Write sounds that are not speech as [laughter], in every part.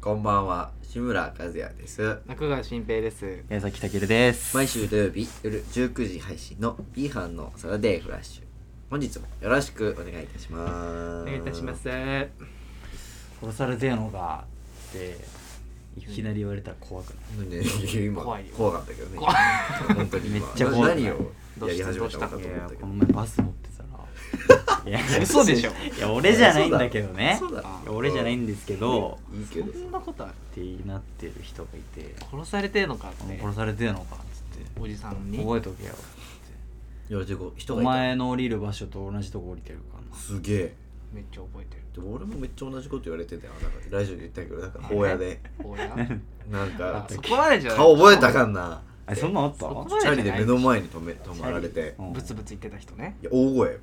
こんばんは、志村和也です。中川新平です。矢崎健です。毎週土曜日夜19時配信の B 班のサタデーフラッシュ。本日もよろしくお願いいたします。お願いいたします。殺されてんのかっていきなり言われたら怖くない。ね。今怖いよ怖かったけどね。怖い本当に今めっちゃ怖い何をやり始めたのかとどう思しったけこどの。前バス乗ってたら。いや [laughs] 嘘でしょいや俺じゃないんだけどね。そうだいや俺じゃないんですけど。いいけどそ。んなことあるってなってる人がいて、殺されてんのかっあのて、殺されてんのかっつっおじさんてに。覚えとけよ。 45人おがいた。前の降りる場所と同じとこ降りてるからな。すげえ。めっちゃ覚えてる。でも俺もめっちゃ同じこと言われてたよ。なんかラジオで言ったけど、なんか荒野で。おやなんあか、そこまでじゃない顔覚えたかんな。あそんなんあっそこた？まチャリじでゃない目の前に止め止まられて。うんブツブツ言ってた人ね。いや大声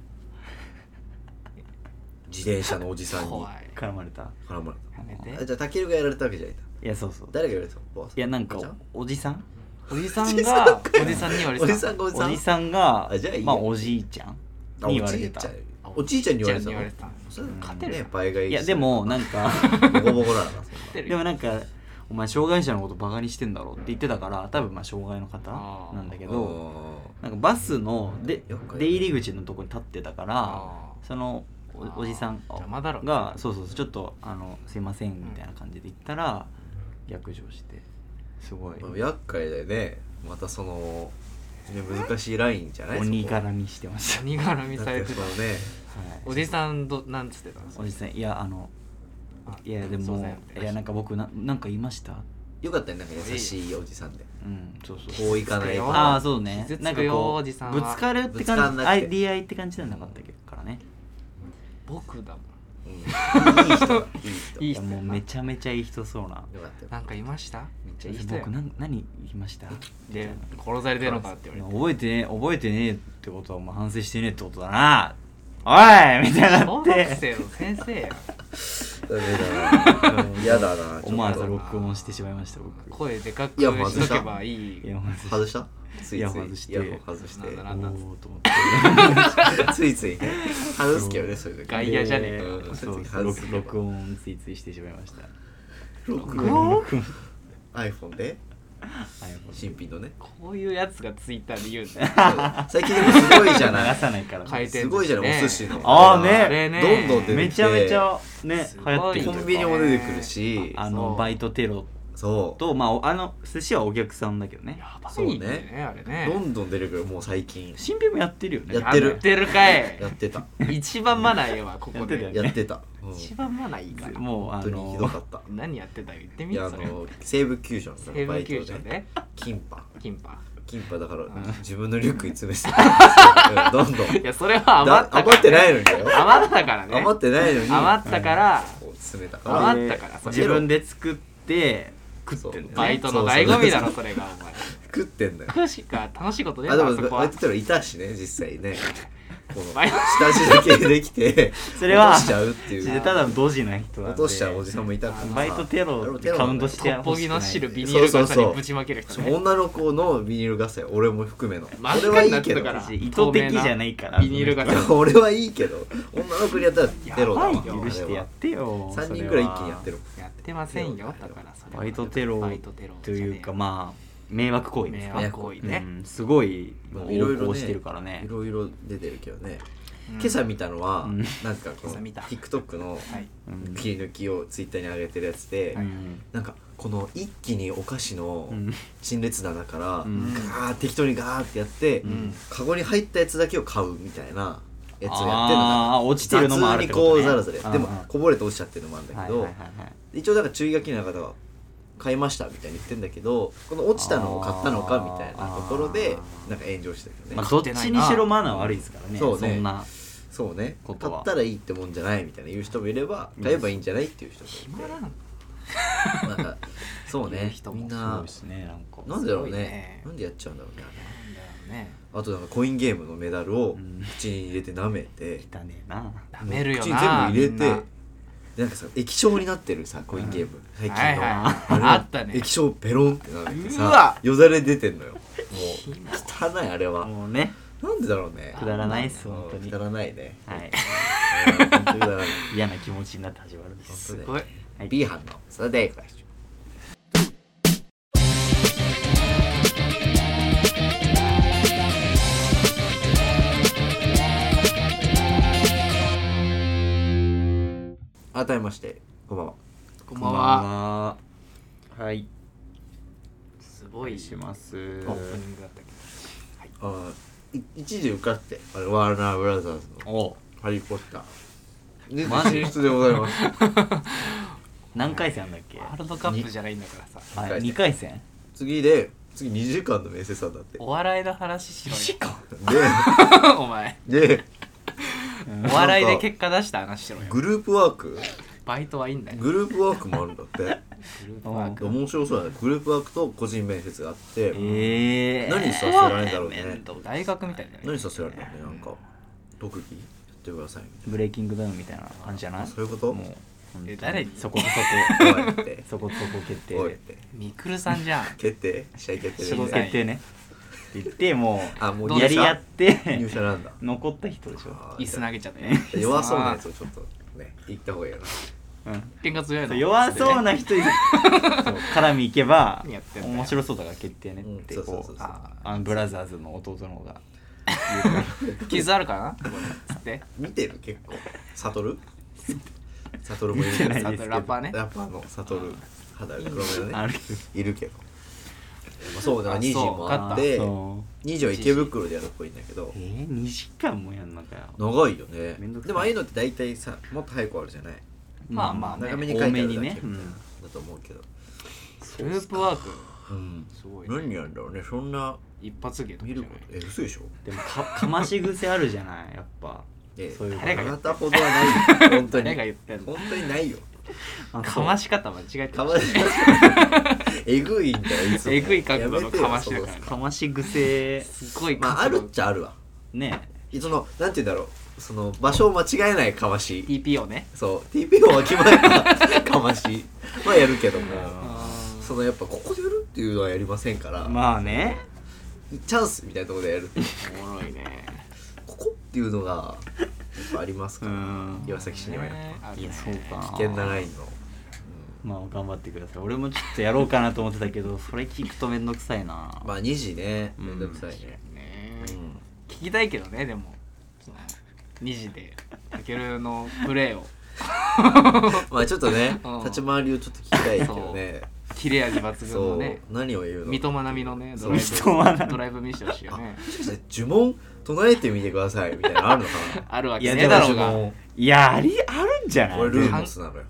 自転車のおじさんに怖い。絡まれた。絡まれやめたあて。じゃあタケルがやられたわけじゃないんだいやそうそう。誰がやられたのおばあさいやなんおばかあちおじさん？おじさんが、おじさんに言われゃんおてじさたん。がおじおさんじさんがあじゃあいいやまあおじいちゃんあに言われてた。おじいちゃんに言われてたおのじいちゃんに言われてたそれ勝勝ててるねるじゃん倍がいいいやでもなんか [laughs] ボコボコだなそんな知ってるでもなんかお前障害者のことバカにしてんだろって言ってたから多分まあ障害の方あーなんだけどあなんかバスのでよくある出入り口のとこに立ってたからあそのあーおおじさん邪魔だろがそうそうそうちょっとあのすいませんみたいな感じで言ったら逆上してすごいーまあ厄介だよねまたそのね難しいラインじゃない鬼そこ絡みしてましー何絡みだっされててそたの。ねた、はい、おじさんど、なんつってたのおじさんいやあのあいやですいまもせんみたいいやなんか僕ななんか言いましたよかったねなんか優しいおじさんでうんそうそうこういかないよああそうね傷つくよなんかこおうじぶつさんはかるってぶつかん感なじくてアイディアって感じじゃなかったけどからね僕だもん。うん [laughs] いい人だいい人いいい人ややなもうめちゃめちゃいい人そうなよかったよなんかいましためっちゃいい人や僕なん何言いましたで、殺されてるのかって言われて。覚えてね覚えてねえってことはもう反省してねえってことだなおいみたいにな小っ学て生の先生やん。ダメだなうん嫌だな思わずちょっ録音してしまいました僕声でかくイヤホン外ししたとけばいいイヤホンと外外ししたついついイヤホン外してイヤホン外してなんだなおおと思って [laughs] ついついね外すけどねそういう時外野じゃねえかうんそそういうう時そう外す録けど録音ついついしてしまいました録録音 iPhone で iPhone 新品のねこういうやつがツイッターで言うんだよ最近でもすごいじゃな流さないから回い転寿司ねすごいじゃないお寿司のあーねあれねどんどん出てきてめちゃめちゃねすご流い行ってるコンというかビニも出てくるしあそのうバイトテロそうとまあおあの寿司はお客さんだけどねやばいんだよそうねあれどねんどん出てくるもう最近新品もやってるよねやってるやってるかいやってた一番マナーええわここやでってやってた [laughs] うん一番マナーいいかあらもうあ本当にひどかのった何やってたよ言っていみやあそれの西武球場西のバ武イ球ト場ででキンパキンパキンパだからん自分のリュックに詰めてたうんどんどんいやそれは余だったから余ってないのにだよ余ったからね余ってないのに余ったからこう詰めたから余ったからそれ自分で作って食ってんだよねバイトの醍醐味だろそれがお前食ってんだよ楽しいか楽しいことであでもあそこあはいつらいたしね実際ねこの [laughs] バイト下地だけでき [laughs] てそれは落としちゃうっていでうただのドジな人なん落とでしちゃうおじさんもいたからバイトテロってカウントしトてッほポしギくのない汁ビニールそう傘そうそうにぶちまける人ね女の子のビニール傘よ俺も含めの真っ俺赤はいにないってけどたから俺はいいけど意図的じゃないからビニール傘俺はいいけど女の子にやったらテやロだばわい許してやってよ3人くらい一気にやってるるやってませんよだからそれはバイトテロバイトテロというかまあ迷惑行為です迷ね惑行為ねうん、すごいまあ横行してるからねいろいろ出てるけどねうん今朝見たのはうんなんかこの今朝見た TikTok のはいうん切り抜きをツイッターに上げてるやつで、うんなんかこの一気にお菓子のうん陳列棚から、うんガーッ適当にガーってやって、んカゴに入ったやつだけを買うみたいなやつをやってるのかなあー落ちてるのもあ雑るにってこことうねザラザラやってでもうんうんこぼれて落ちちゃってるのもあるんだはけいど、はいはいはい一応なんか注意書きの方は買いましたみたいに言ってんだけどこの落ちたのを買ったのかみたいなところであーなんか炎上してたよね、まあ、買どっってちないなにしろマナー悪いですからねそうねんなそうね買ことはったらいいってもんじゃないみたいな言う人もいれば買えばいいんじゃないっていう人もい暇てななのんかそう言うね人もみんすごないですねなんかなんでだろうねすごいねなんでやっちゃうんだろうねなんだよねあとなんかコインゲームのメダルをうん口に入れて舐めて、汚ねえなダメるよ口にな全部み入んれてなでなんかさ液晶になってるさコインゲーム、最近の、はいはいあれあったね液晶ペロンってなめてうわさよだれ出てんのよもうキモ汚いあれはもうねなんでだろうねくだらないっすうん本当にくだらないねはいうん本当にくだらない嫌な気持ちになって始まるんです本 [laughs] すごい当ね B 班のサタデーフラッシュ改めましてこんばんはこんばんはははいすごいしますオープニングだったけどはいあーい一時受かってあれワーナーブラザーズのお「ハリー・ポッター」でマジ進出でござい [laughs] ます何回戦あんだっけワールドカップじゃないんだからさあ2回戦次で次2時間の面接さんだ [laughs] ってお笑いの話しろよ [laughs] お前ででお笑いで結果出した話しろよグループワークバイトはいいんだよグループワークもあるんだってグループワーク面白そうだねグループワークと個人面接があって、ええー、何させられるんだろうね面倒大学みたいだ何ねさせられたのねなんか特技やってくださいみたいブレイキングダウンみたいな感じじゃないそういうこともう本当え誰にそことそなおいってこ [laughs] そことそこ決定おいってみくるさんじゃん決定試合決定そでこ審み査たい員決定ねって言ってもなあもどううやりやっ入 [laughs] 社入て社 [laughs] なんだ残った人でしょ、あー椅子投げちゃったね弱 [laughs] そうなやつをちょっとね言った方がいいよなうん、喧嘩強いそのう弱そうな人にそう絡みいけば何やってんだよ面白そうだから決定ねってうんそうそうこそううそうああのブラザーズの弟の方が傷あるかなこれつって見てる結構悟る悟るもいるけど見てラないですけどッパーねラッパーの悟る肌黒目のあねるいるけどまあそうだからあ2時もあってあそう2時は池袋でやるっぽいんだけどえー、2時間もやんのかよ長いよねめんどくさいでもああいうのって大体さもっと早くあるじゃないまあまあね長めに書いてあるだけみたい多めなにねだと思うけどグループワークうんすごいね何やるんだろうねそんな一発芸とか見じゃるなこいとえ嘘でしょで [laughs] もかかまし癖あるじゃないやっぱえそういあうこと誰がなたほどはないよ本当に誰が言ってんの本当にないよあかまし方間違えてかるましえぐいんだよいつもえぐい角度のかましだやかめらてよねそのかまし癖すごいまああ角る度っちゃあるわねそのなんて言うんだろうその場所を間違えないかまし TP をねそう TPO は決まったかましはやるけどもそのやっぱここでやるっていうのはやりませんから、まあねチャンスみたいなところでやるっていうおもろいねここっていうのがやっぱありますから、うん岩崎市にはやっねあるいねやそうかぱ危険なラインの、まあ頑張ってください俺もちょっとやろうかなと思ってたけどそれ聞くとめんどくさいなまあ2時ねうんめんどくさいね、ねうん聞きたいけどねでもその2時でたけるのプレーをまあちょっとねうん立ち回りをちょっと聞きたいけどね切れ味抜群そのうね何を言うの三笘並みのねそドうライ三笘並ブみドライブ見せてほし [laughs] いよねもしかして呪文唱えてみてくださいみたいなのあるのかあるわいけやねえでだろうもがもいやありあるんじゃなない俺ルーモスなのよ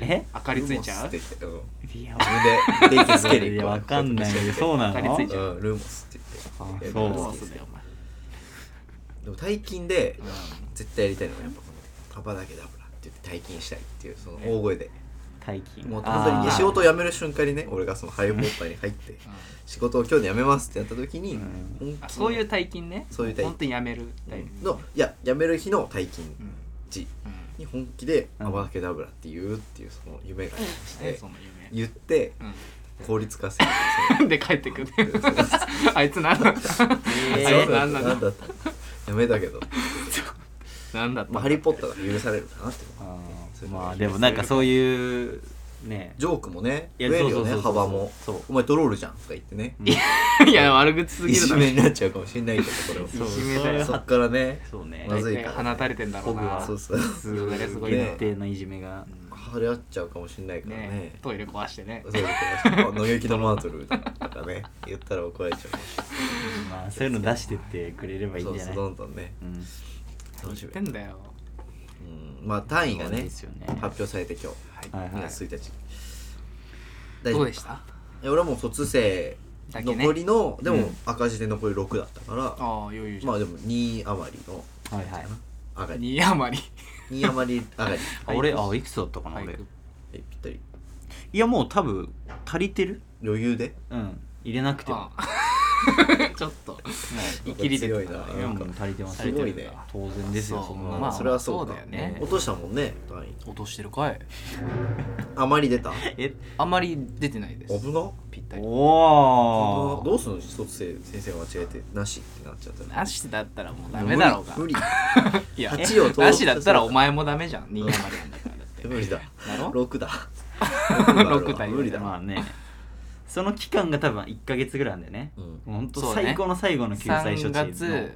え明かりついちゃうルーモスって言っていやうん自分で電気つけるいやわかんないよそうな明かのりついちゃうん、ルーモスって言ってあそうルーそモうスそっうてだ言っよお前てでも大金で絶対やりたいのがやっぱこの「パパだけだから」って言って大金したいっていうその大声で大金もう本当にねあー仕事を辞める瞬間にね俺がそのハイボーターに入って仕事を今日で辞めますってやった時にうん本気のあそういう大金ねそういう大金本当にやめる大金のいや辞める日の退勤うん時うんに本気で「うんアバダケダブラ」って言うっていうその夢がありましねてその夢言って効率化せるうん [laughs] で帰ってくねそうそうそうあいつ何なんだ [laughs] えあいーつ何なんだなんだったやめたけど何だっまあたハリー・ポッターだから許されるかなってあそれーまあでもなんかそういうねジョークもねい増えやるよねそうそうそうそう幅もそうお前ドロールじゃん」とか言ってねいや悪口すいぎるじだめろになっちゃうかもしれないけどこれをそういじめだよそっからねそうねまずいから放たれてんだろうなそうそうすごいすごいね限定のいじめが腫れ合っちゃうかもしれないからねねトイレ壊してねそうそうそう野焼きのマートルとかね言ったら怒られちゃうかもしまあそういうの出してってくれればれいいなんいじゃそなうそいうどんどんねうん楽し言みってんだようんまあ単位がそうねですよね発表されて今日はい2はい月1日大丈ど夫うでしたいや俺はもう卒生だけね残りのでうもん赤字で残り6だったからああ余裕じゃまあんでも2余りのはいはい上がり2余り2余り [laughs] 上がりあ俺あいくつだったかなはい俺えぴったりいやもう多分足りてる余裕でうん入れなくてもああ [laughs] ちょっとい切り出て強いたななうなんんか足りてますすごいね当然ですよそうそんまなあ、まあそれはそうかそうだよね落としたもんね単位落としてるかいあまり出たえあんまり出てないです危なぴったりおどおうすんの卒生先生が間違えてなしってなっちゃったらなしだったらもうダメだろうが無理無いや八を通なしだったらお前もダメじゃん2余りなんだからだっ理 [laughs] 無理だだろ6だ [laughs] 六だよ無理だまあねその期間が多分1か月ぐらいなんでねうん本当そうね最高の最後の救済て3処置の月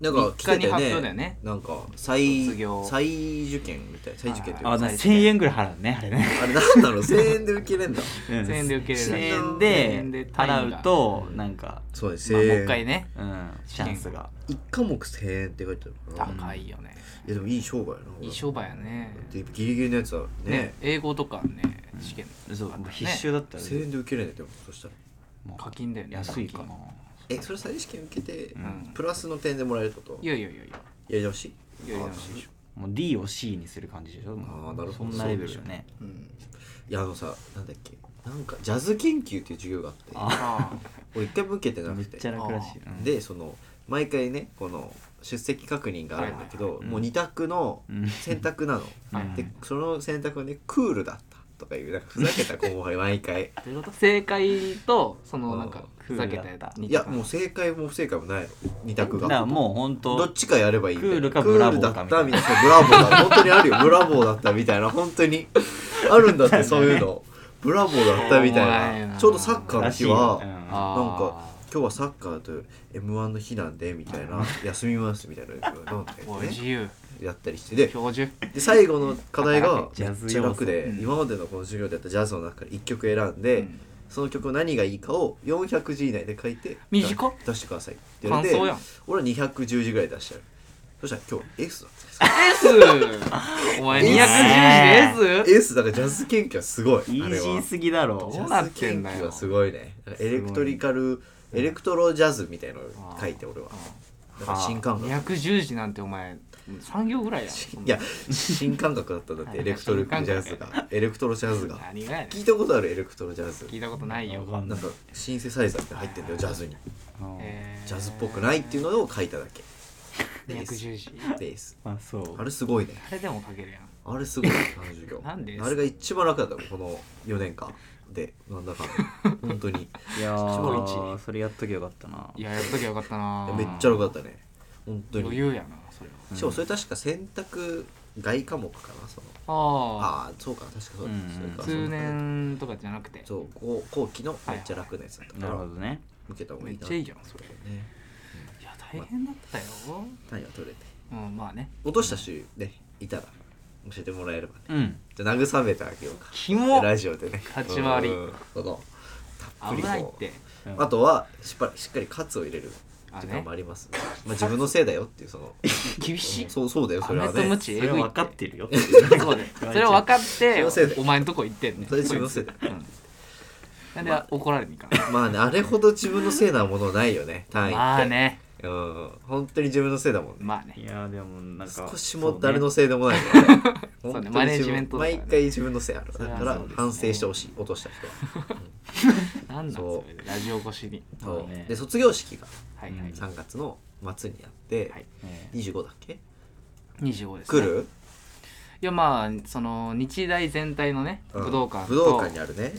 なんか来てたよ3日に発ね表だよねなんか再卒業再受験みたいな再受験っていうかああだから1000円ぐらい払うねあれねれなんだろう1000円で受け [laughs] れんだうん1000円で受けれる1000円1000円でで単位が払うとなんか、そうですまあ、も1000う一回円ねうん、チャンスが一科目1000円って書いてあるからな高いよねいやでもいい商売やないい商売やねでギリギリのやつはねね英語とかね試験そうあったね必修だったら1000円で受けれんだよそしたらもう課金だよね安いかなえそれ再試験受けてんプラスの点でもらえるってこといやいやいやいややり直しやり直しでしょもう D を C にする感じでしょあーなるほどそんなレベルよねうんいやあのさなんだっけなんかジャズ研究っていう授業があってあああ俺一回も受けてなくめってちゃ楽らしい、うん、でその毎回ねこの出席確認があるんだけど、いはいもう2択のうん選択なの、うんでその選択はねクールだったとかいうなんかふざけた後輩毎回どういうこと正解とそのうんなんかふざけたやついやもう正解も不正解もないの2択だからがもう本ど当っちかやればいいみたいなクールかブラボークかールだったみたいなそうブラボーだ本当にあるよブラボーだったみたいな本当にあるんだってそういうのブラボーだったみたおい前ななちょうどサッカーのら日しいよは、うんなんか今日はサッカーと m 1の日なんでみたいな休みますみたいななんあーもうで、自ね、由やったりしてで教授で最後の課題がジめャっズちゃ楽で要素うん今までのこの授業でやったジャズの中から1曲選んで、うんその曲の何がいいかを400字以内で書いて短っ出出してくださいって言わ感れて想やん俺は210字ぐらい出してやるそしたら今日 S だったんですエス [laughs] お前210ね字で S? S だからジャズ研究はすごいイあーれジはーすぎだろどジうャなズって研んだよ究はすごいねなんかエレクトリカルエレクトロジャズみたいなのを書いて俺はだから新感覚210字なんてお前3行ぐらいやいんや新感覚だったんだってはエ [laughs] いレクトロジャズがエレクトロジャズが何がやねん聞いたことあるエレクトロジャズ聞いたことないよわかんなんかシンセサイザーって入ってんだよジャズにうんえージャズっぽくないっていうのを書いただけで210字ですまあそうあれすごいね誰でも書けるやんあれすごいあの授業 [laughs] なんであれが一番楽だったのこの4年間でなんだか [laughs] んだ本当にい超やーそれやっときゃよかったないややっときゃよかったなめっちゃ楽だったね本当余に裕やなそれはしかもそれ確か選択外科目かなそのあああそうか確かそううんそれあか通年とかじゃなくてそう後後期のめっちゃ楽なやつだったかなるらほどね受けた方がめいっいなちゃいいじゃんそれいねや大変だったよ単位は取れてうんまあね落としたしねいたら教えてもらえればねうんじゃあ慰めてあげようかキモラジオでね立ち回りうんそのたっぷ危りこうないってあとはしっぱりしっかりカツを入れるあ時ね間もあり [laughs] ます、まあ自分のせいだよっていうその厳しいそうそうだよそれは飴とねムそチえそぐれいは分てかってるよ [laughs] [laughs] そうねそれを分かってのせいだよお前のとこ行ってんねれ自分のせいだようんなんで怒られにかなまあねあれほど自分のせいなものないよね単位ってまあねうん本当に自分のせいだもんねまあいねやーでもなんか少しも誰のせいでもないからねそうね [laughs] 本当に自分マネジメントだから毎ね回自分のせいあるだかそれはらそうですね反省してほしい落とした人はなんだそうそれラジオ越しにそうそうねで卒業式がはいはいうん3月の末にあって、はいね25だっけ25ですね来るいやまあその日大全体のねうん武道館武道と館にあるね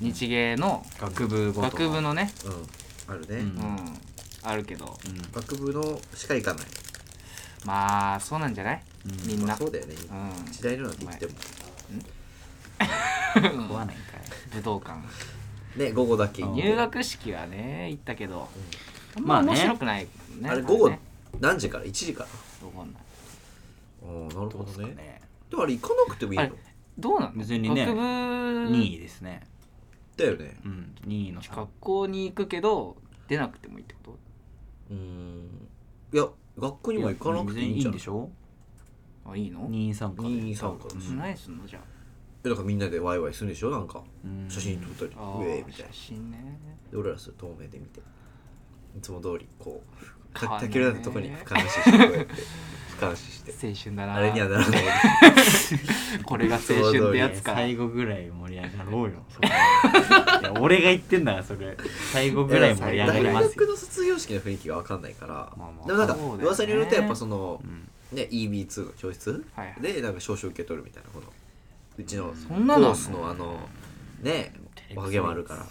うん日芸の学部ごと学部のねうん、うんあるね、うんうんあるけどうん学部のしか行かない、まあそうなんじゃないうんみんまあ、なそうだよねうん時代のなんて言っても食わないんかい武道館ね午後だけ行って入学式はね行ったけどあんままあね面白くないねあれ午後ね何時から1時からわかんないああなるほどうですどかねねでもあれ行かなくてもいいあのれどうなの別にね学部2位ですねだよねうん2位の学校に行くけど出なくてもいいってこうーんいや学校にも行かなくていいんいじゃんなでいしょとあいいの2位参加で任意参加だししないすんのじゃえだからみんなでワイワイするんでしょなんかうん写真撮ったりああウェーーみたい写な真ねで俺らする透明で見ていつも通りこう変わたんないねけるなんてとこに俯瞰視してこうやって俯瞰視 [laughs] して青春だなあれにはならないこれが青春ってやつか最後ぐらい盛り上がろうよそこはいや俺が言ってんだからそれ最後ぐらい盛り上がりま大す学よ、の卒業式の雰囲気が分かんないからまあまあでもなんかそうだよね噂によるとやっぱそのうん、ね EB2 の教室はいはいでなんか証書受け取るみたいなこのうちのそんなのコあんのースのあのねおはげもあるから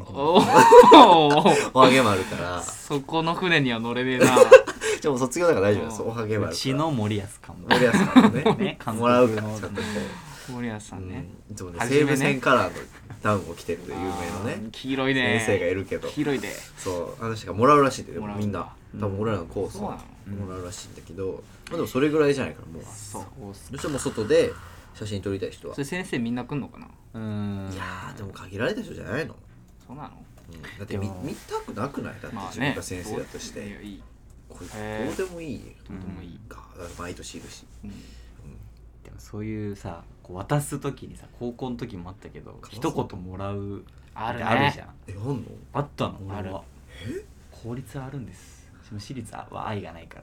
おーおはげもある [laughs] からそこの船には乗れねえなでも卒業だから大丈夫ですおうはげもあうるかちらの森保かも森保さんのねね監督のもらうからちゃんとこ森保さう、んね、うん、いつもね初め西ね武線カラーのダウンを着てる有名のあーね黄色いね先生がいるけど黄色いでそうあの人がもらうらしいんででももらうんだみんな多分俺らのコースそうなはのもらうらしいんだけど、まあ、でもそれぐらいじゃないからもうそうそうっすどうしても外で写真撮りたい人はそれ先生みんな来んのかなうーんいやーでも限られた人じゃないの、そうなのうん、だって見でも見たくなくないだってまあ自分ねが先生だとして、いやいいこれへーどうでもいいとてもいい、かだから毎年いるし、うんでもそういうさこう渡す時にさ高校の時もあったけどかわいそ一う言もらうあるねってあるじゃんえ [laughs] あんのあったのあ俺るは公立あるんですでも私立は愛がないか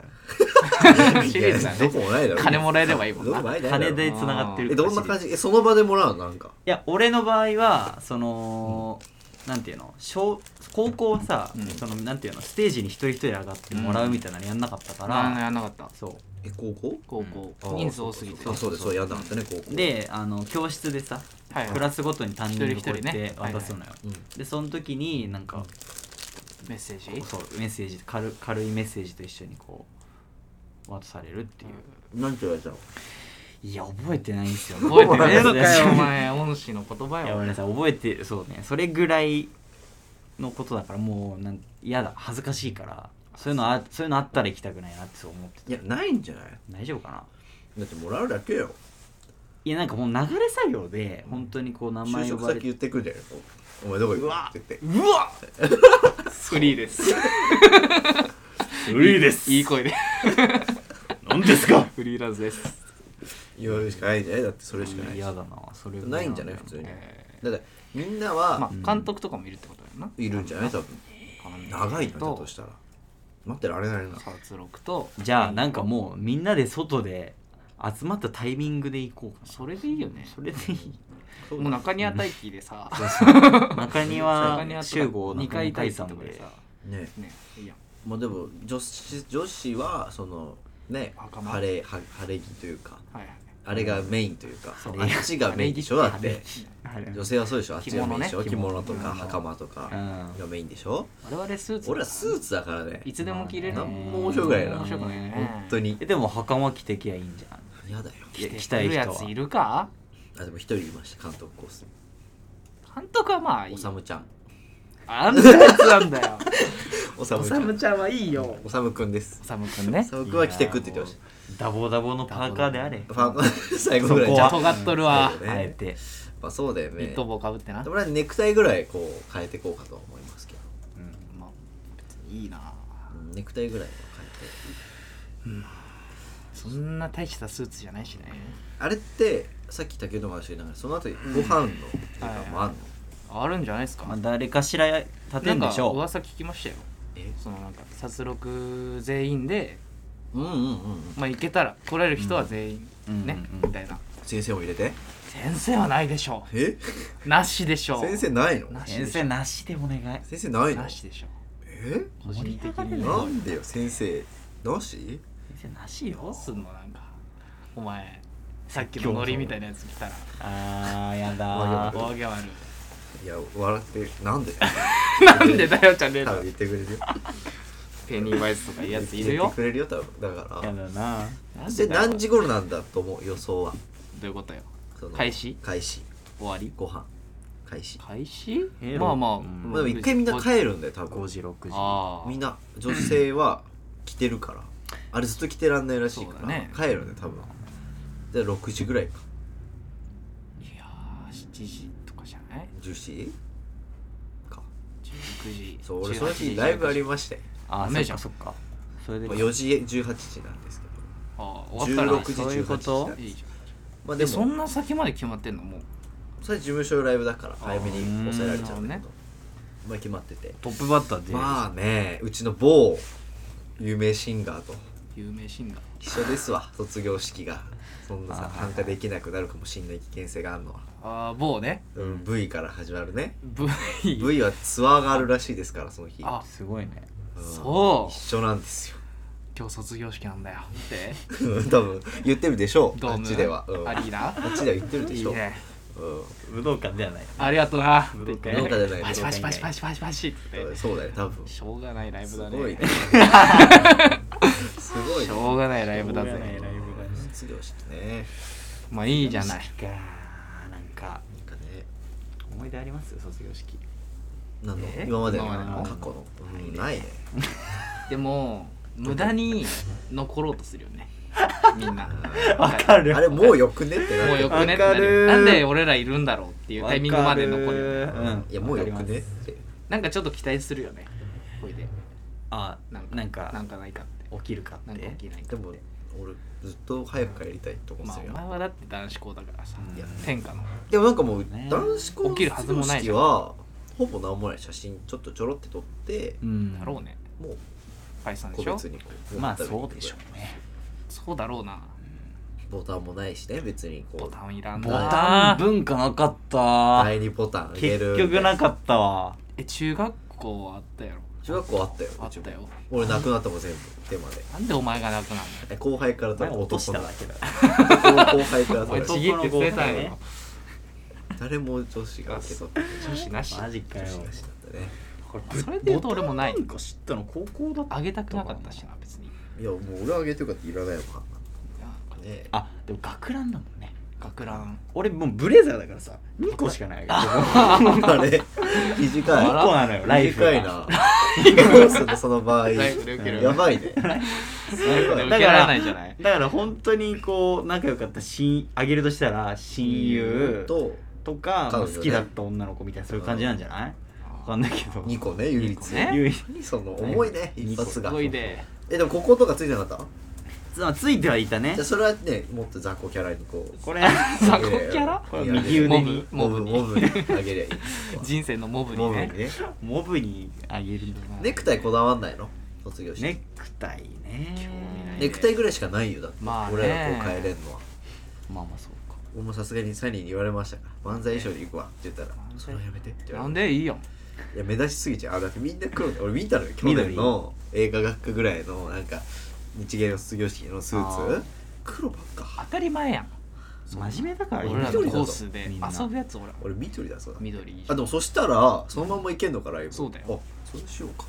らシリーズだねいやどこもないだろ金もらえればいいもんなどこもないだろ金でつながってるえどんなから感じえその場でもらうのなんかいや俺の場合はその、なんていうの小高校はさ、うんそのなんていうのステージに一人一人上がってもらうみたいなのやんなかったかあのら、やんなかったそえ高校高校、あー人数多すぎてあそうですそうやんなかったね高校うであの教室でさはいクラスごとに担任一にこ人う一人やっねて渡すのよ、うんでその時になんか、メッセージそうメッセージ軽軽いメッセージと一緒にこう渡されるっていう、何て言われたのいや覚えてないんですよ覚えてねえの [laughs] 覚かよおえ前恩師の言葉いやごめんよなさい覚えてそうねそれぐらいのことだからもうなん嫌だ恥ずかしいからそういうのあそういうのあったら行きたくないなってそう思っていたやないんじゃない大丈夫かなだってもらうだけよいやなんかもう流れ作業で本当にこう名就前呼職ばれ先て言ってくんじゃないこうお前どこ行うくわって言ってうわフリーですフリーですいい声で何ですかフリーランスです、言われるしかないんじゃないだってそれしかないし嫌だなそれぐらないんじゃない普通にえだからみんなーまはあ監督とかもいるってことだよな、いるんじゃない多分長いなだとしたら待ってられないな殺録とじゃあなんかもうみんなで外で集まったタイミングで行こうかそれでいいよねそれでいいそうもう中庭待機でさ中中庭庭集合2回解待機と散かででさねねいいやんまあでも女子女子はそのね袴晴れは晴れ着というかはいはいあれがメインというかそうあっちがメインでしょだっ晴れて女性はそうでしょあっちがメインでしょ着着物物ねとか着物袴とかうんがメインでしょ我々スーツ俺はスーツだからねいつでも着れるなんねも面白くないな面白くないね本当にえでも袴着てきゃいいんじゃん嫌だよいや着来たいる人やはついるかあでも一人いました監督コース監督はまあいいおさむちゃんあんなやつなんだよおさむちゃんちゃんはいいよおさむくんですおさむくんおねさむくんは着てくって言ってましダボダボのパーカーであれたファン [laughs] 最後ぐらいそこは尖っとるわそうだねあえてまあそうだよねニット帽かぶってなでも俺はネクタイぐらいこう変えていこうかとは思いますけどうんまあ別にいいなうんネクタイぐらいは変えてそんな大したスーツじゃないしねあれってさっき竹野の話しながらその後にご飯の時間もあんの、あるんじゃないですかまあ誰かしら立てなんんでかしょ噂聞きましたよえそのなんか殺戮全員でうんうんうんうんまあ行けたら来れる人は全員うんね、うんうんみたいな先生も入れて先生はないでしょえうなしでしょう先生ないのなうしで先しょ生なしでお願い先生ないのなしでしょえ個人的に盛り上がるねなんでよ先生なし先生なしどうよすんのなんかお前さっきのノリみたいなやつ来たらあーやわだかーる大げ悪いや笑って [laughs] なんでいなんでだよじゃねえ多だ分言ってくれるよペニーワイズとかいいやついる言っよてくれるよ多分だかやらだななんででだよ何時頃なんだと思う予想はどういうことよその開始開始終わりご飯開始、開始えーまあまあ、うんまあ、でも一回みんな帰るんだよ多5分時6時ああみんな女性は着てるからあれずっと着てらんないらしいかそうら、だね帰るね多分で6時ぐらいかいやー7時とかじゃない10時か19時そう俺その日ライブありましてあダメーじゃそっんかそっかそれでまあ4時18時なんですけどあー終わったら16時そういうこ18時となんいでいすじゃんまあででそもんな先まで決まってんのもうそれ事務所のライブだから早めに抑えられちゃうんだなるけほどまあ決まっててトップバッターでまあねうちの某有名シンガーと有名シンガー一緒です [laughs] わ卒業式がそんなあさー参加できなくなるかもしんない危険性があるのは、ああ某ねうん V から始まるね V V はツアーがあるらしいですからその日あすごいねうんそう一緒なんですよ [laughs] 今日卒業式なんだよって多分言ってるでしょうドあーっムちでは、うん、アあリーナっちでは言ってるでいしいょねう武道館ではないありがとうなって言って武道館じゃないパシパシパシパシパシパシっんうんてそうだね多分しょうがないライブすだごい [laughs] ねね [laughs] すごいしねょうがないライブだしょうがないぜライブだね卒業式ねまあいいじゃないかなんかなんかね思い出あります卒業式なんのえ今までの今までの過去の、うんないねでも無駄に残ろうとするよねみんなわかるあれもうよくねってなもうよくねってなわかるるなんで俺らいるんだろうっていうタイミングまで残るよねわかるうんいやもうよわくかりねっますてなんかちょっと期待するよねこれであななんんかかなんかないかって起きるかなっんかて起きないかでっもて俺ずっと早くからやりたいと思っまあてたおよ、前はだって男子校だからさうんいや天下のでもなんかもうね男子校の起きるはずもないじ卒業式ゃんはほぼ何もない写真ちょっとちょろって撮ってうんだろうねもう解散で個しょ別にこうまあそうでしょうねそうだろうなボタンもないしね別にこボうタンいらんなボタン文化なかった第二ボタン入れる結局なかったわえ中学校はあったやろ中学校あったよあったよ俺なくなったもん全部手までなんでお前がなくなるえ後輩から取前る落とした男だのけだ後輩からのお [laughs] 前取ちるぎって捨てたんやろね誰も女子が受け取って女子なしマジか女よ子がしだったねそれで言うと俺もないボタンなんか知ったの高校だったあげたくなかったしな別にいやもう俺あげてよかっていらないもん [laughs] ねあでも学ランだもんね学ラン俺もうブレザーだからさ2個しかないああれ短い2個なのよライフが短いなそのその場合ライフで受けるやばいね受けいられないじゃないだから本当にこう仲良かった親あげるとしたら親友ととか、まあ彼女ね好きだった女の子みたいなそういう感じなんじゃないわかんないけど2個ね唯二一個ね唯一その重いね一発すがごいでえでもこことかついてなかっまあついてはいたたねじゃあそれはねもっと雑魚キャラにこうこれ雑魚キャラこれ右腕にモブモモブにあげりゃいい [laughs] 人生のモブモにブねにねモブにあげるのがネクタイこだわんないの卒業式ネクタイね興味ないネクタイぐらいしかないよだって、まあね俺らこう変えれんのはまあまあそうか俺もさすがにサニーに言われましたから漫才衣装で行くわって言ったらね「それはやめて」って言なわれんてでいいやんいや目立ちすぎちゃうあだってみんな黒で俺見たのよ去年の映画学科ぐらいのなんか日芸の卒業式のスーあーツ黒ばっ当かたり前やん真面目だから俺らのコースでみんな遊ぶやつ俺俺緑だそうだ緑いいじゃあんでもそしたらそのまんまいけんのかライブそうだよあそうしようか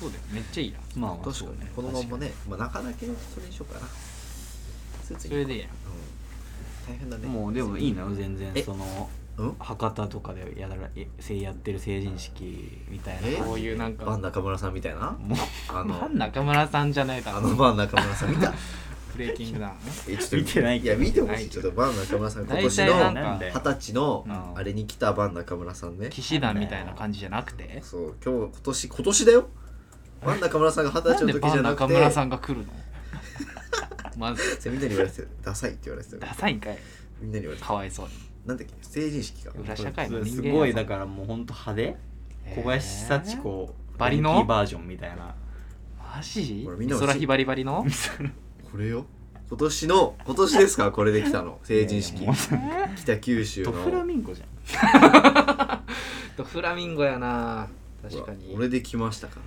そうだよめっちゃいいやんまあまあ確そかうにねこのまんまねまあ中だけそれにしようかなスーツにそうれんでいいやん大変だねもうでもいいのよ全然えそのうん博多とかでやらえせやってる成人式みたいな感じえでこういうなんバかン中村さんみたいなもうあのなん中村さんじゃないだあろのバン中村さん見たブレイキングダウンねえちょっ見てないいけやど見てほしいちょっとバン中村さん今大年体なんのなんかで二十歳のうんあれに来たバン中村さんね騎士団みたいな感じじゃなくてそう今日今年今年だよバン中村さんが二十なん歳での時バじンゃな中く村さてんが来 [laughs] るのまずそうみんなに言われてたよダサいって言われてたよダサいんかいみんなに言われてたかわいそうになんだっけ成人式か裏社会の人間やすごいだからもうほんと派手小林幸子バリのヤンキーバージョンみたいなマジこれみんなも空ひばりばり [laughs] のこれよ今年の今年ですかこれで来たの成人式いやいやもう北九州ドのフラミンゴじゃんとフラミンゴやな確ほかにら俺で来ましたか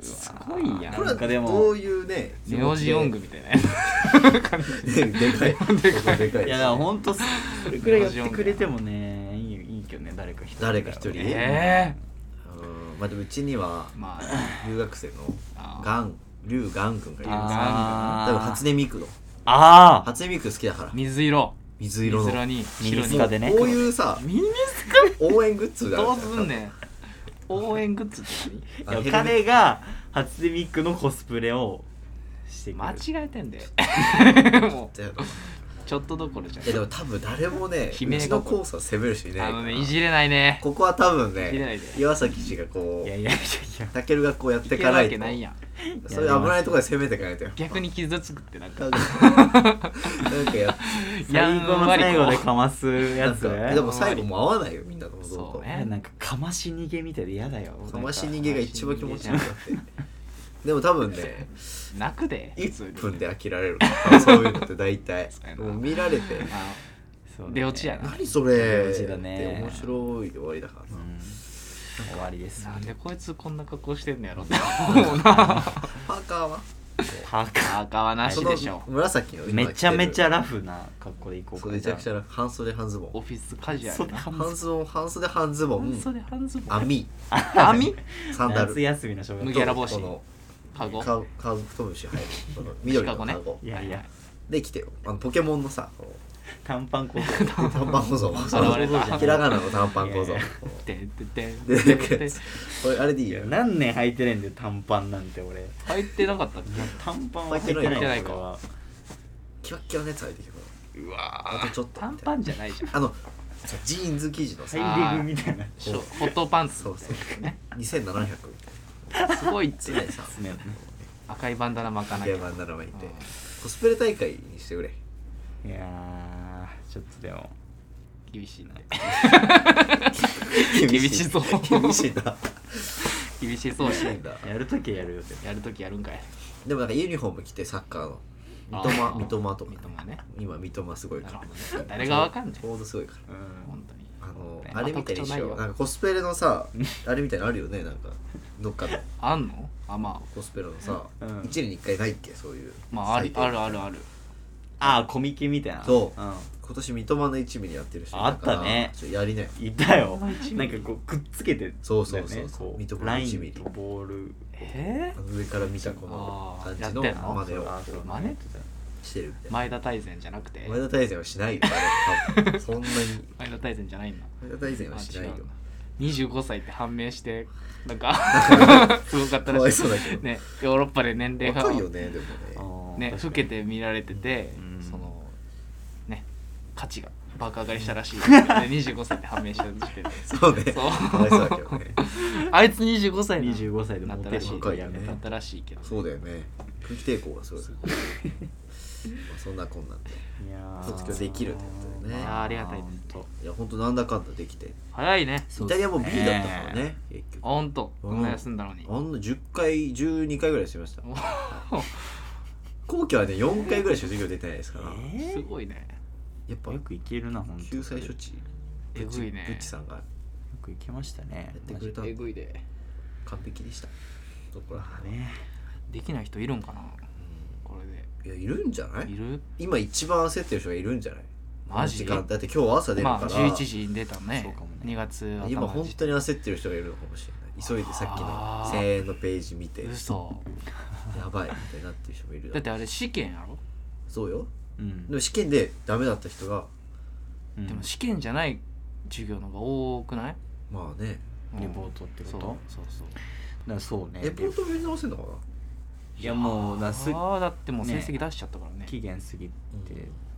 すごいやらんこれなんかではもどういうねネオジオングみたいなやつ気持ちででかいでかいでかいいやだからほんとそそれくらいやってくれてもねいいいいけどね誰か一人誰か一人 [laughs] えうんまあでもうちにはえま留学生のああガン劉ガン君がいるんですよあー多分初音ミクのああ初音ミク好きだから水色水水色の色にミ白ニスにカでねこういうさミニ応援グッズがあどうるじゃすんねん応援グッズっていやあヘルメット彼が初音ミックのコスプレをしてく何間る違えてんで [laughs] もじゃあうちょっとどころじゃいやでもん多分誰もね悲鳴うがち起このるコースは攻める人いなあいかのらねいじれないねここは多分いじれないねで岩崎氏がこいやういやいやいやたけるがこうやっていいけかるなわいけとないやんそういう危ないところで攻めていかないとよ逆に傷つくって [laughs] なんなかんかなんかやっや最ん後のわりこ最後でかますなやんつかでも最後も合わないよみんなともどそううとねなんかかまし逃げみたいで嫌だよかまし逃げが一番気持ちいいんだっかてでも多分ね泣くで1分であ飽きられるからそういうのって大体そうやなもう見られてそうね出落ちやな何それ面って白いね面白いで終わりだかうらなん終わりですなんでこいつこんな格好してんのやろって思うなパーカーはパーカー赤はなそしのでしょ紫の今めちゃめち着ゃラフな格好で行こてるそうかうめちゃくちゃゃ楽半袖半ズボオンフィスカジュアそうルな半ズボン半袖半ズボン半袖半ズボン網網サンダル夏休みの小学脱校げら帽子このカゴカカブトムシ入るこの緑のシカゴねカゴいやいやはいで来てよあのポケモンのさこう短パンこ短パン小僧現れたひらがなの短パン小僧いやいてってってでてなんっかてってこれあれでいいいよや何年履いてないんだよ短パンなんて俺入ってなかったっ短パンは履いてない履いてないか俺はキワッキワのやつ履いてきてくるけうわあとちょっとー短パンじゃないじゃんあのそうジーンズ生地のさサイディングみたいなショホットパンツそうそう2700みたいすごいっつな常にさね赤いバンダナ巻かなきゲゃーマン並べにいてうんコスプレ大会にしてく [laughs] れいやーちょっとでも厳しいな厳しい厳しいな厳しそう厳ししいんだやるときはやるよってやるときやるんかいでもなんかユニフォーム着てサッカーの三あー笘三笘とか三笘ね今三笘すごいなからるほどね誰がわかんないちょうどすごいからうん本当にあのねあれみたいにしようまなあんかコスプレのさあれみたいなのあるよねなんかどっかのあんのあまコスプレのさうん一年に一回ないっけそういうあまあある祭典あるあるあるああコミケみたいなそううん今年三笘の一部にやってる人あったねいたからちょっとやりなよいたよなんかこうくっつけてそうそうそうだよねこミトコラのイ一ミリンとボールえあの上から見たこの感じのあーやってんのまでをあそう真似してるみたいな前田大然じゃなくて前田大然はしないよあれ多分そんなに前田大然じゃないんだ前田大然はしないよあ違う25歳って判明してなんかすごかっかたらしいわいそうだけどね、ヨーロッパで年齢が若いよねでもあねーね老確かにけて見られてて、うんそのね価値が爆上がりした [laughs] らしいで25歳って判明した時点でそうねそうかわいそうだけどね [laughs] あいつ25歳な25歳でなモったテらしるいことやめねだたったらしいけどそうだよね空気抵抗がすごいまあそんなこんなんでいやー卒業できるってことでねいやーありがたいですほんといやほんとなんだかんだできて早いねイタリアも B だったからね結あ局ほんとうんこんな休んだのにあんな10回12回ぐらいしてましたお後期はね4回ぐらいしか授業出てないですからえすーごいねやっぱよくいけるな本当救済処置えぐいねブッチさんがやよくいけましたねってくれたえぐいで完璧でしたそこらまあねできない人いるんかなこれいやいるんじゃなでいいる今一番焦ってる人がいるんじゃないマジこの時間だって今日朝出るまかあら、 11時に出たねそうかもね2月頭の時今本当に焦ってる人がいるのかもしれない急いでさっきあのー1000円のページ見て嘘やばいみたいになってる人もいるだってあれ試験やろそうようんでも試験でダメだった人がうんでも試験じゃない授業の方が多くないまあねうんレポートってことそうそうそうだからそうねレポート見直せんのかないやもうだからすああだってもう成績出しちゃったからね期限過ぎて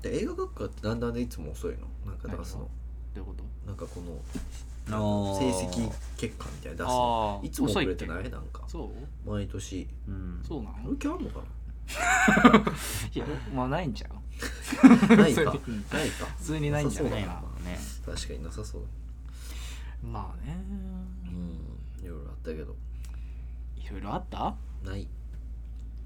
で映画学科ってなんであんないつも遅いのなんかだからそのどういうことなんかこの成成績結果みたいなのああ出すのいつも遅れて遅ないっいなんかけそう毎年うんそう [laughs] なあのる気あんのかいやまあないんちゃうなないか [laughs] そなういうんか普通にないんじゃそなういだかねなまあね確かになさそうまあねうんいろいろあったけどいろいろあったない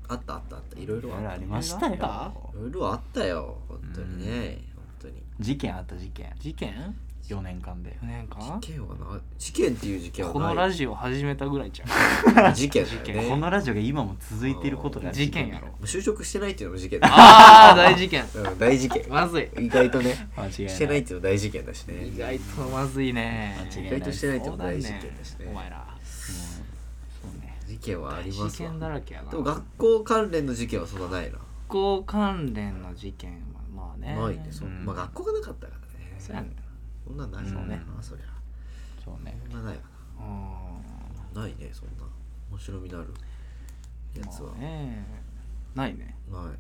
あったあったあったいろいいろろあいろっあたりましたいろいろあっよいろいろあったよ本当にね本当に事件あった事件事件4年間で4年間事件はない事件っていう事件はないこのラジオ始めたぐらい [laughs] ちゃう事件だよ事ねこのラジオが今も続いていることが事件やろ就職してないっていうのも事件だよああ大事件うん大事件まずい意外とね間違いないしてないっていうの大事件だしね意外とまずいね間違意いない外としてないっていうそうのだ大ね事件だしねお前らうんそうね事件はありま事すわ件だらけやなでも学校関連の事件はそんなないな、学校関連の事件はまあねないねそ、ううんまあ学校がなかったからねそうやねそんなんないもんね、うんそりゃそうねそんなないわうんなないねそんな面白みのあるやつは、まあねないねないうんも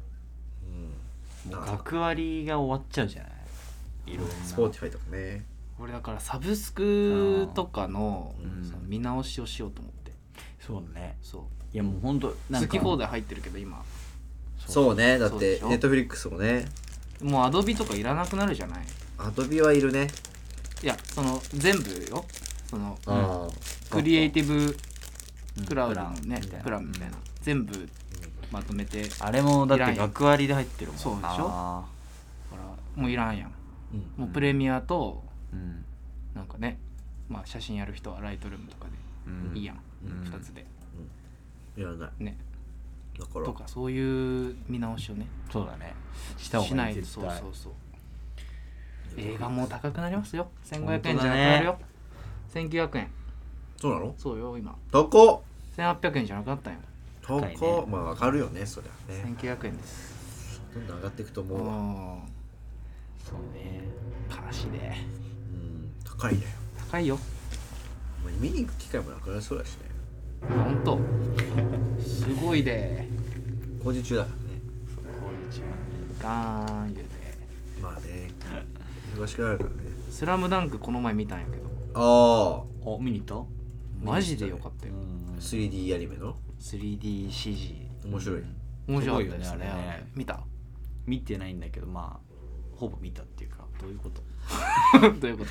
うな学割が終わっちゃうじゃないいろんなスポーティファイとかね俺だからサブスクとかのうんその見直しをしようと思ってそうねそういやもう本当好き放題入ってるけど今そうねだっそうでてしょネットフリックスもねもうアドビとかいらなくなるじゃないアドビはいるねいやその全部よそのああクリエイテティブクラウドのねプランプランみたいな全部まとめてだかあれもだって学割で入ってるもんなそうでしょらもういらんやんィブもうプレミアとうんなんかねまあ写真やる人はライトルームとかうんでいいやんうん2つでやらないねだからとかそういう見直しをねそうだねした方しがないいとい絶そう対そうそう映画も高くなりますよ1500本円当じゃなくだなるねよ、1900円そうなのそうよ今高っ1800円じゃなくなったんよ高高いねっまあ上がるよねそりゃね1900円ですどんどん上がっていくとう思うわんそうね悲しいねうん高いね高いよもう見に行く機会もなくなりそうだしねほんとすごいで工事中だからねそういう一番ガーン言うてまあね忙しくなるからね「スラムダンクこの前見たんやけどあお見に行ったマジでよかったよあん 3D アニメの 3DCG 面白い、面白かったですすごいねよねあれね見た [laughs] 見てないんだけどまあほぼ見たっていうかどういうことどういうこと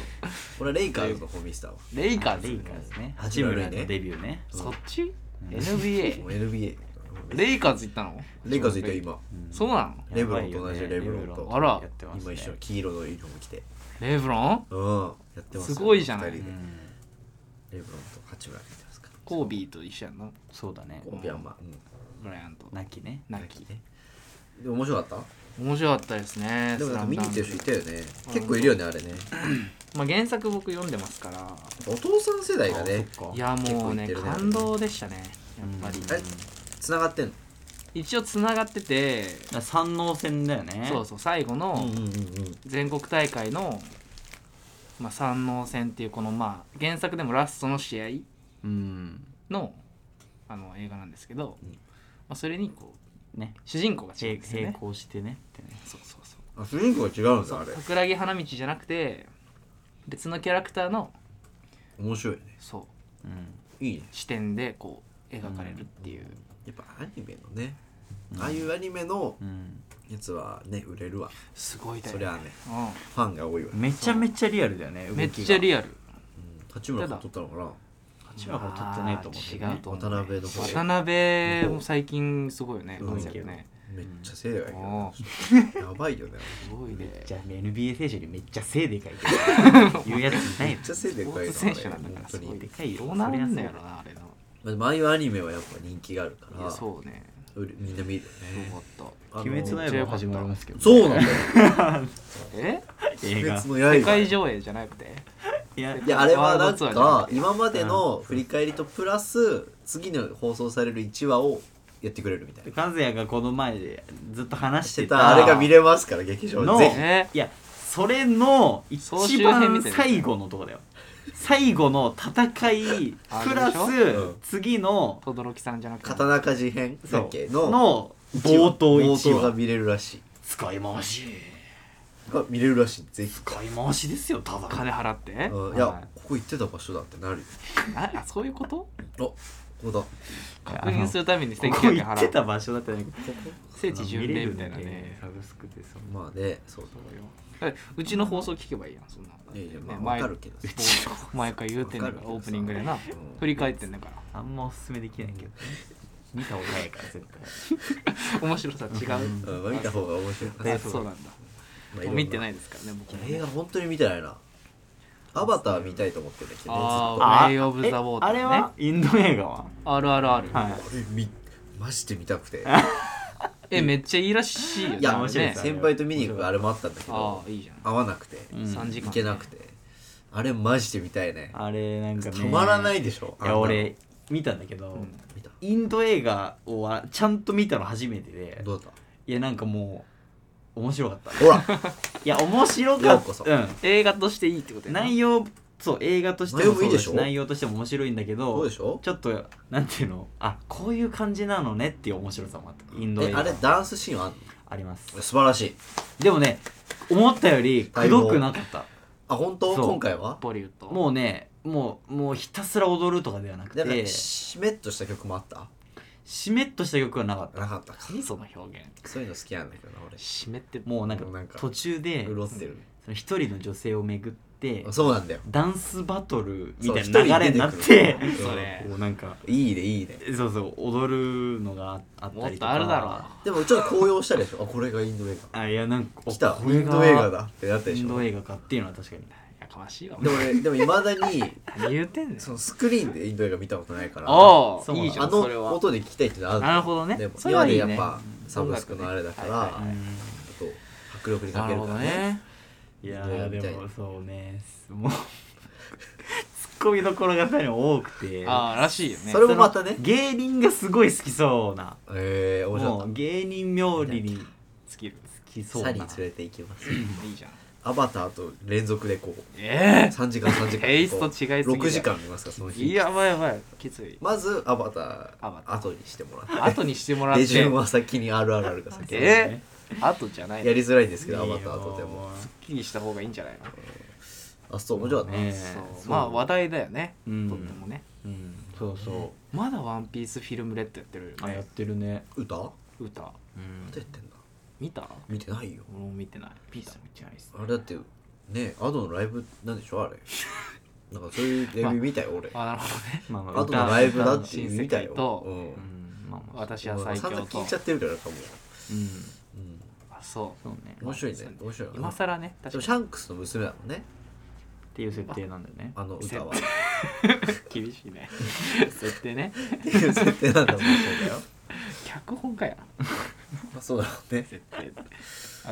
俺はレイカーズの方見せたわレイカーズレイカーズね八八村村ねのデビューねうんそっちうん ?NBA もう NBA レイカーズ行ったのレイカーズいた今うんそうなのレブロンと同じレブロンとやばいよねあらやってます今ね一緒黄色のユニフォーム着てレブロンうんやってますよすごいじゃない二人うでんレブロンと八村がやってますからコービーと一緒やんなそうだねコンピアンマブライアントなきねナキでも面白かっ面白かったですたねでもなんか見に行ってる人いスたよね結構いるよねあれねラムダンクまあ原作僕読んでますからお父さん世代がねあそっかいやもうね結構行ってるね感動でしたねやっぱり、うんえ繋がってんの一応つながっててだから三能戦だよねそうそう最後のうんうん全国大会の、まあ、三能戦っていうこのまあ原作でもラストの試合うんのあの映画なんですけど、うんまあ、それにこうね主人公が違うん並ですよね並行してねってねそうそうそうあ主人公が違うんそだあうれ桜木花道じゃなくて別のキャラクターの面白いねそううんいいね視点でこう描かれるっていう、やっぱアニメのねうんああいうアニメのうんやつはね売れるわすごいだよそねりゃあねファンが多いわめちゃめちゃリアルだよねうん、めっちゃアルリアルうん八村が取ったのかな八村から撮ってないと思うけどねあー違うと思う渡辺の方渡辺も最近すごいよねうん活躍ねめっちゃ背がいいおよやばい [laughs] よねすごいめっねちゃ NBA 選手にめっちゃ背 [laughs] でかいけどいうやついないめっのちゃ背でスポかいーのツ選手なんだからあれすご本当いでにかいよどうなんだよなあれなまあでもああいうアニメはやっぱ人気があるかいらやそうね売れみんな見るよよねかったあの鬼滅の刃始まりますけどねそうなんだよえ映画鬼滅の刃世界上映じゃなくていやいやあれはなんワールドツアーじゃなかくて今までの振り返りとプラス次の放送される1話をやってくれるみたいな和也がこの前でずっと話ししててたたあれが見れますから劇場のでぜえいやそれの一総集編み番たいな最後のとこだよ最後の戦いあプラスあれしょうん次の轟さんじゃなくひて刀鍛冶編だっけのの一話冒頭1冒頭が話見れるらしい使い回しが見れるらしいぜひ使い回しですよただ金払ってうんいはやいここ行ってた場所だってなるよああそういうことあここだ確認するためにこ1900こ円行って払うた場所だったら聖地巡礼みたいな見れるんねでサブスクでそうまあねそうそそうよえうちの放送聞けばいいやんそんなのいやいやまあねわかるけど前前から言うてんねんかわらかオるけどーさプニングでなうん振り返ってんねんからあんまおすすめできないけどね見た方がいいから絶面白さ違うううんまあ見た方が面白いあそうなんだまあ見てないいですからね僕ろもんな映ね画本当に見てないなアバター見たいと思ってんだけどねあー対 Way of the え Water ねあれはインド映画はあるあるあるはいずっとあれみマジで見たくてえめっちゃいいらしいよねいやあれね先輩と見に行くあれもあったんだけあどあいいじゃん合わなくてうん3時間行けなくてあれマジで見たいねあれなんかねたまらないいでしょあんやなの俺見たんだけど、うん見たインド映画をあちゃんと見たの初めてでどうだっいやなんかもう面白かったたほ [laughs] らいや面白かようっこそた、うん、映画としていいってことやな内容そう映画としても内容もいいそうだでしょ内容としても面白いんだけどどうでしょうちょっとなんていうのあこういう感じなのねっていう面白さもあったインド映え画あれダンスシーンはあんのありま素す晴らしいでもね思ったよりくどくなかったあ本当そう今回はボリュッドもうねもうもうひたすら踊るとかではなくなんてかしめっとした曲もあったしめっとした曲はなかったなかったか何その表現そういうの好きなんだけどな俺湿ってもうなんなんかか途中で潤ってるその一人の女性を巡ってそうなんだよダンスバトルみたいそうな流れになっ一人で出ててくるそれこうなんかいいねいいねそうそう踊るのがああったもっりととかあるだろでもちょっと高揚したでしょあこれがインド映あいやなんか画来たこイれンがド映画だってなったでイしンょドで映画かっていうのは確かにやかましいわもねでもいまだに何言うてんねんそのスクリーンでインド映画見たことないからあそあうなのいいじゃあんそれのは音で聞きたいってのあるなるほどねでもそれ今まはいでいやっねぱサブスクのあれだから音楽ねはいあと迫力になかけるるほかどらねねいやどうやーみたいでもそうねもうツッコミどころがさらに多くてああらしいよねそれもまたね芸人がすごい好きそうなえー面白もかっう芸人冥利に尽スキルきたそうサなリー連れて行きますいいじゃんアバターと連続でこうえ3時間3時間 [laughs] テイスト違いすぎだよ6時間見ますかそのえい日やばいやばいきついまずアバタアバターー後にしてもらって後にしても [laughs] らっ手て [laughs] 順は先に RRR が先ええー、後じゃないやのりづらいんですけどいアいよバターとてもすっきりした方がいいんじゃないの、あそう面白かったねえそうそうまあ話題だよね、うんとってもねうんそうそまだ「ワンピースフィルムレッドやってるうよあやっねてるね歌歌歌うんやってんだ見た見てないよ俺も見てない見たあれだってねアドのライブなんでし [laughs] ょあれなんかそういうレビュー見たよ俺あなるほど [laughs] ねまあまアドのライブだって見たよ新世界とうんうんまあまあ私は最散強々聞といちゃってるからなんかもうんう、うん、あそそうね面白いねそうね面白いうよね今更ねで確もシかャンクスの娘だもんねっていう設定なんだよねあの歌はせっに厳し [laughs] いね設定ねていう設定なんだもんそうだよ脚本家やなまあそうだろうね設定 あ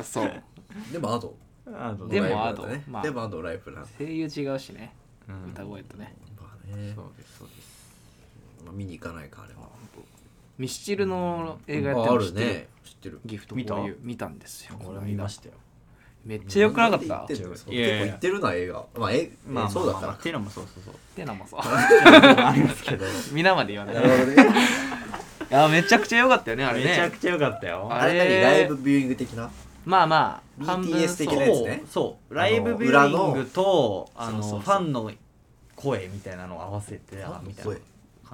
[laughs] そうでもアドあどうでものライブなんだねアドまあでもアドライブなんだ声優違うしねうん歌声とねまあねそうですそうですまあ、見に行かないかあれはミスチルの映画やってあるあの知るってるね知ってるギフト見たこういう見たんですよ俺見ましたよめっちゃ良くなかったっんでて行ってんのそういやいや結構行ってるな映画まあえ、まあまあまあそうだからっていうのもそうそうそうのもそうありますけど皆まで言わない [laughs] なるほどねいやめちゃくちゃ良かったよねあれめちゃねくちゃ良かったよあれあ何れライブビューイング的なまあまあ BTS 半分そう的なやつねそうあのライブビューイングと裏のあのそうそうそうファンの声みたいなのを合わせてあみたいな声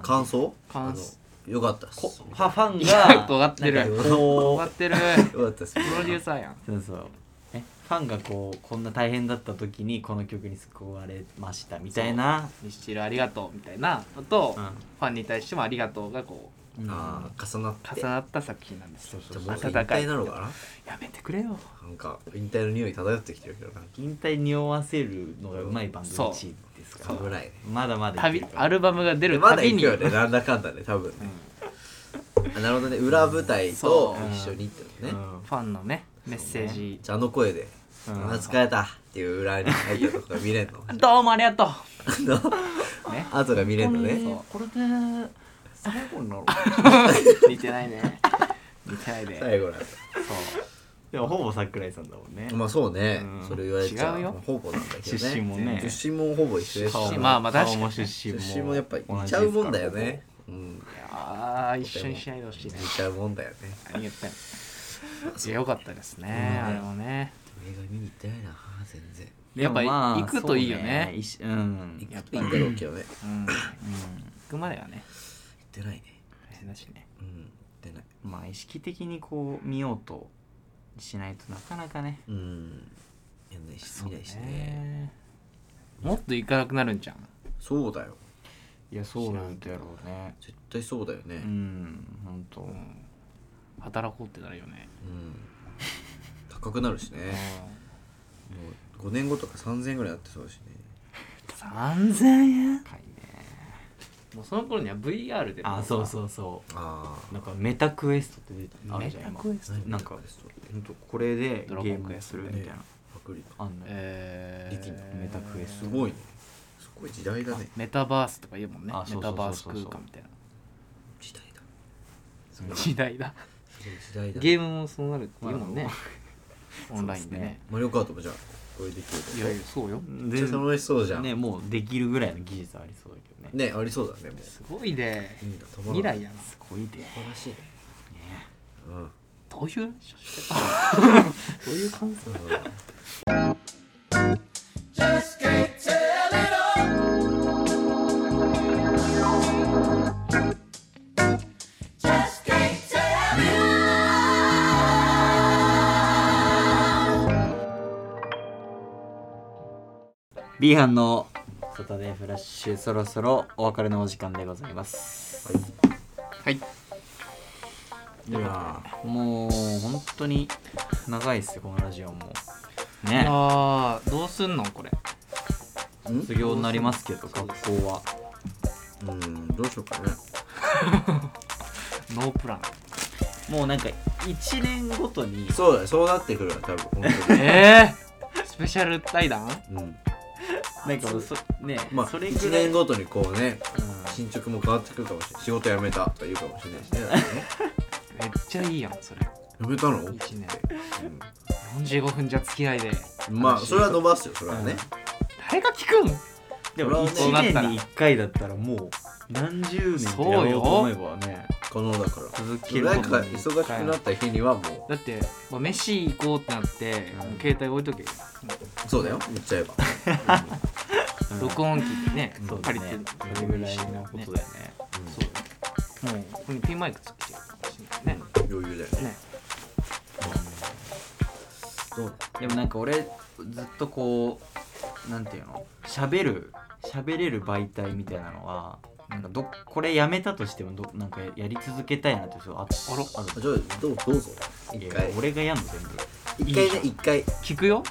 感想感想あのよかったっすこファファンいやが尖ってるなんかこ終わうってるよかったっすプロデューサーやんそうそうえファンがこうこんな大変だった時にこの曲に救われましたみたいなミスチルありがとうみたいなのと、うんファンに対してもありがとうがこううんああ重なって重なった作品なんですよじゃあもう引温かい退なのかやめてくれよななんか引退の匂い漂ってきてるけどなんか引退に匂わせるのがうまいバンド1位ですから危ないねまだまだい旅けるからアルバムが出るまただび行くに、よねなんだかんだね多分ねあなるほどね裏舞台とそう一緒にってことね、うんファンのねメッセージ、じゃああの声で「うんあー疲れた」っていう裏に入ったとか見れんのあどうもありがとうのね後が見れんのねこれで最後になる似てないね似てないで、最後なんだ [laughs] でもほぼ桜井さんだもんねまあそうね、うんそれ言われちゃう違うよほぼなんだけどね出身もね出身もほぼ一緒だ顔しもまあまあ確かに顔も出身も出身もやっぱ似ちゃうもんだよねうんいやー一緒にしないでほしい似ねちゃうもんだよね何言ってんのいやよかったですね、うんあれもね映画見に行ってないな全然やっぱでもまあ行くといいよそうね一緒うんやっぱ行ったろうけどね行っうん行うくまではねてないね大変だしねうん行ってないんまあ意識的にこう見ようとしないとなかなかねうんやんないし見ないしねねもっと行かなくなるんじゃんそうだよいやそうなんだろうね絶対そうだよねうん本当うん働こうってなるよね、うん高くなるしうねん、もう5年後とか3000円ぐらいなってそうだしね3000円高いねもうその頃には VR であそううそうそああうなんかメタクエストって出てあメるじゃタん今クエストなんかほんとこれでゲドラゴーンクエムスすトるねみたいなパクリとかあんのよえできんのメタクエスすごいねすごい時代だねメタバースとか言うもんねあそメうそタうそバうースそう空間みたいな時代だ [laughs] 時代だすごい時代だゲームもそうなるって言うもんねまあオンラインでねマリオカートもじゃあこれできるいやいやそうよめっちゃ楽しそうじゃんねねもうできるぐらいの技術ありそうだけどねありそうだねもうすごいねいいな未来やなすごいで素晴らしいねうんどういう [laughs] どういう感想ビーハンのサタデーフラッシュそろそろお別れのお時間でございますはいいやーもう本当に長いですよこのラジオもいやねーどうすんのこれ卒業になりますけど学校はうんどうしようかねノープランもうなんか1年ごとにそうだねそうなってくるわ多分本当 [laughs] にええスペシャル対談うんなんかもうそねまあそれぐらい1年ごとにこうねうん進捗も変わってくるかもしれない仕事辞めたとか言うかもしれないしねだからねめっちゃいいやんそれ辞めたの1年45分じゃ付き合いでまあそれは伸ばすよそれはね、誰が聞くんでそれはもね1年に1回だったらもう何十年ってやろうと思えばね可能だから続けるこなんかとに忙しくなった日にはもだって、まあ、飯行こうってなって、うんもう携帯置いとけ、うそうだよ言っちゃえばうん録音機でね、そうだ借ねりてそれぐらいのことだよねそうもうここにピンマイクつけてるかもしれないね余裕だよねねどうでもなんか俺ずっとこうなんていうの喋る喋れる媒体みたいなのはなんかどこれやめたとしてもどなんかやり続けたいなってそうああああじゃあどうどうぞる一いや回俺がやんの全部一回ね一回聞くよ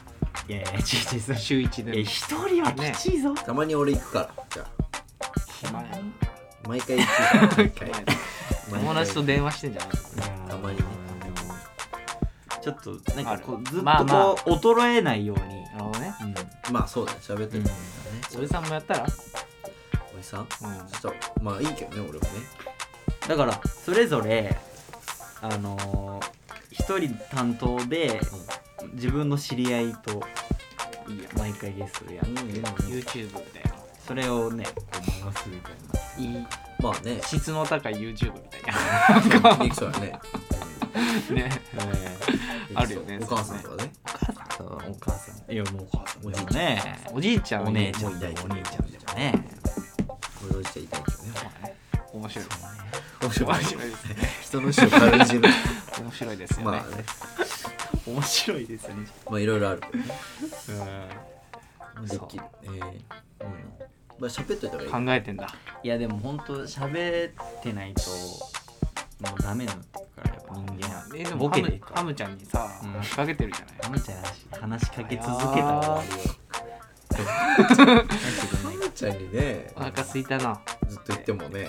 いやいや違う違うそう週一でいや一人はきちいぞ、たまに俺行くからじゃあ暇やな毎回行くから一回暇やな友達と電話してんじゃないたまにねでもちょっとなんかこあうるずっとこう、まあまあ衰えないようになるほどねうんまあそうだね喋ってるんだねおじさんもやったらおじさんうんそしたらまあいいけどね俺もねだからそれぞれあのー一人担当で自分の知り合いといいや毎回ゲストでやって、うんうん YouTube でそれをねこう回すみたいいいまあね質の高い YouTube みたいできそう [laughs] やねなねな、うんあるよねお母さんとかねそうお母さんいやもうお母さんおじいちゃんでもねおじいちゃんお姉ちゃもうんいでないもお兄ちゃんでもね俺としていたいけどね面白い面白面い白いですね人の死を感じる面白いですよね、まあね面白いですねまあいろいろあるけどねうんできるねうんまあ喋っといた方がいい考えてんだいやでも本当喋ってないともうダメになってくからやっぱ人間はえでもボハケムていくかハらムちゃんにさ、うん話しかけてるじゃないハムちゃんらしい話しかけ続けたら終わりよ [laughs] まゆちゃんにねお腹すいたなずっと言ってもね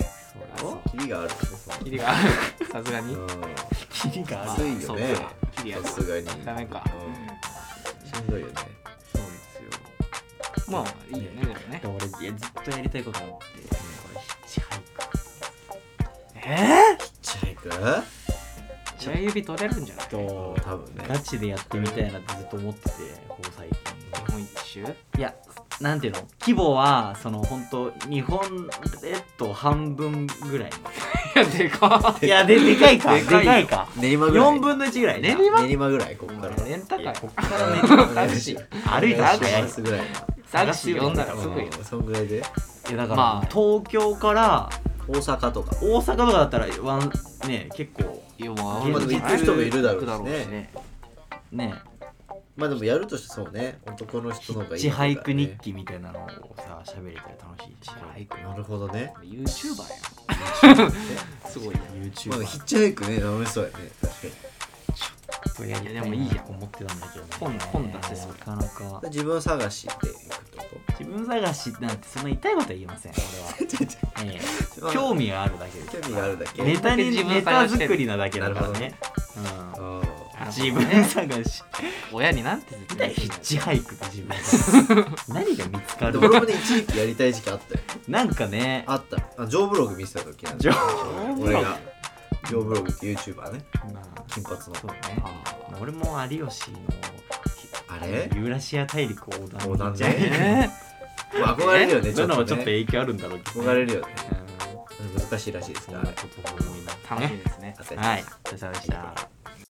そうよキリがあるからキリがあるさすがうにんキリがあ暑るいよねそうかキリあるさすがにダメか、うんしんどいよねそうですよまあいいよねでもねで俺いやずっとやりたいことがあってこれヒッチハイえチャイクうー、親指取れるんじゃないクとん多分ねガチでやってみたいなってずっと思っててここ最近日本一周いやなんていうの規模はその本当日本列島半分ぐらいいやでかいやででかいかで [laughs] でかいよかいか練馬ぐらい4分の1ぐらいね練馬練馬ぐらいここからレンタカーこよっからねタクシー歩いてタなんクかシやーるすぐらいタクシー呼んだらすぐようんそんぐらいでいやだから、まあ東京から大阪とか大阪とかだったらワンね結構いやもまあでも行く人もいるだろうしねねまあでもやるとしてそうね男の人の方がいいヒッチハイク日ね記みたいなのをさ喋れたら楽しいしハイクなるほどね YouTuber やんすごいやまあ YouTube ヒッチハイクね楽しそうやね確かにとやりいたやなでもいいやん思ってたんだけどね本本出せそうなかなか自分探しで行くとこ自分探しなんてそんな痛いことは言いません俺は、 [laughs] ええ、興味があるだけです興味があるだけネタに自分ネ探タしてる作りなだけだからねうんうん自分探し親になんてみ絶た対いなヒッチハイクと自分探し何が見つかでるも俺ものね一時期やりたい時期あったよなんかねあったあジョーブログ見せた時なんだジョブログ俺がジョーブログって YouTuber ねまあ金髪のそうねあ俺も有吉のあれユーラシア大陸横断横断ねじゃんえ [laughs] まあ憧れるよねそういうのもちちょょっっとと影ね響あるんだろうけどね憧れるよねうん難しいらしいですそかんらなことを思いながら楽しみですねあれはいお疲れ様でした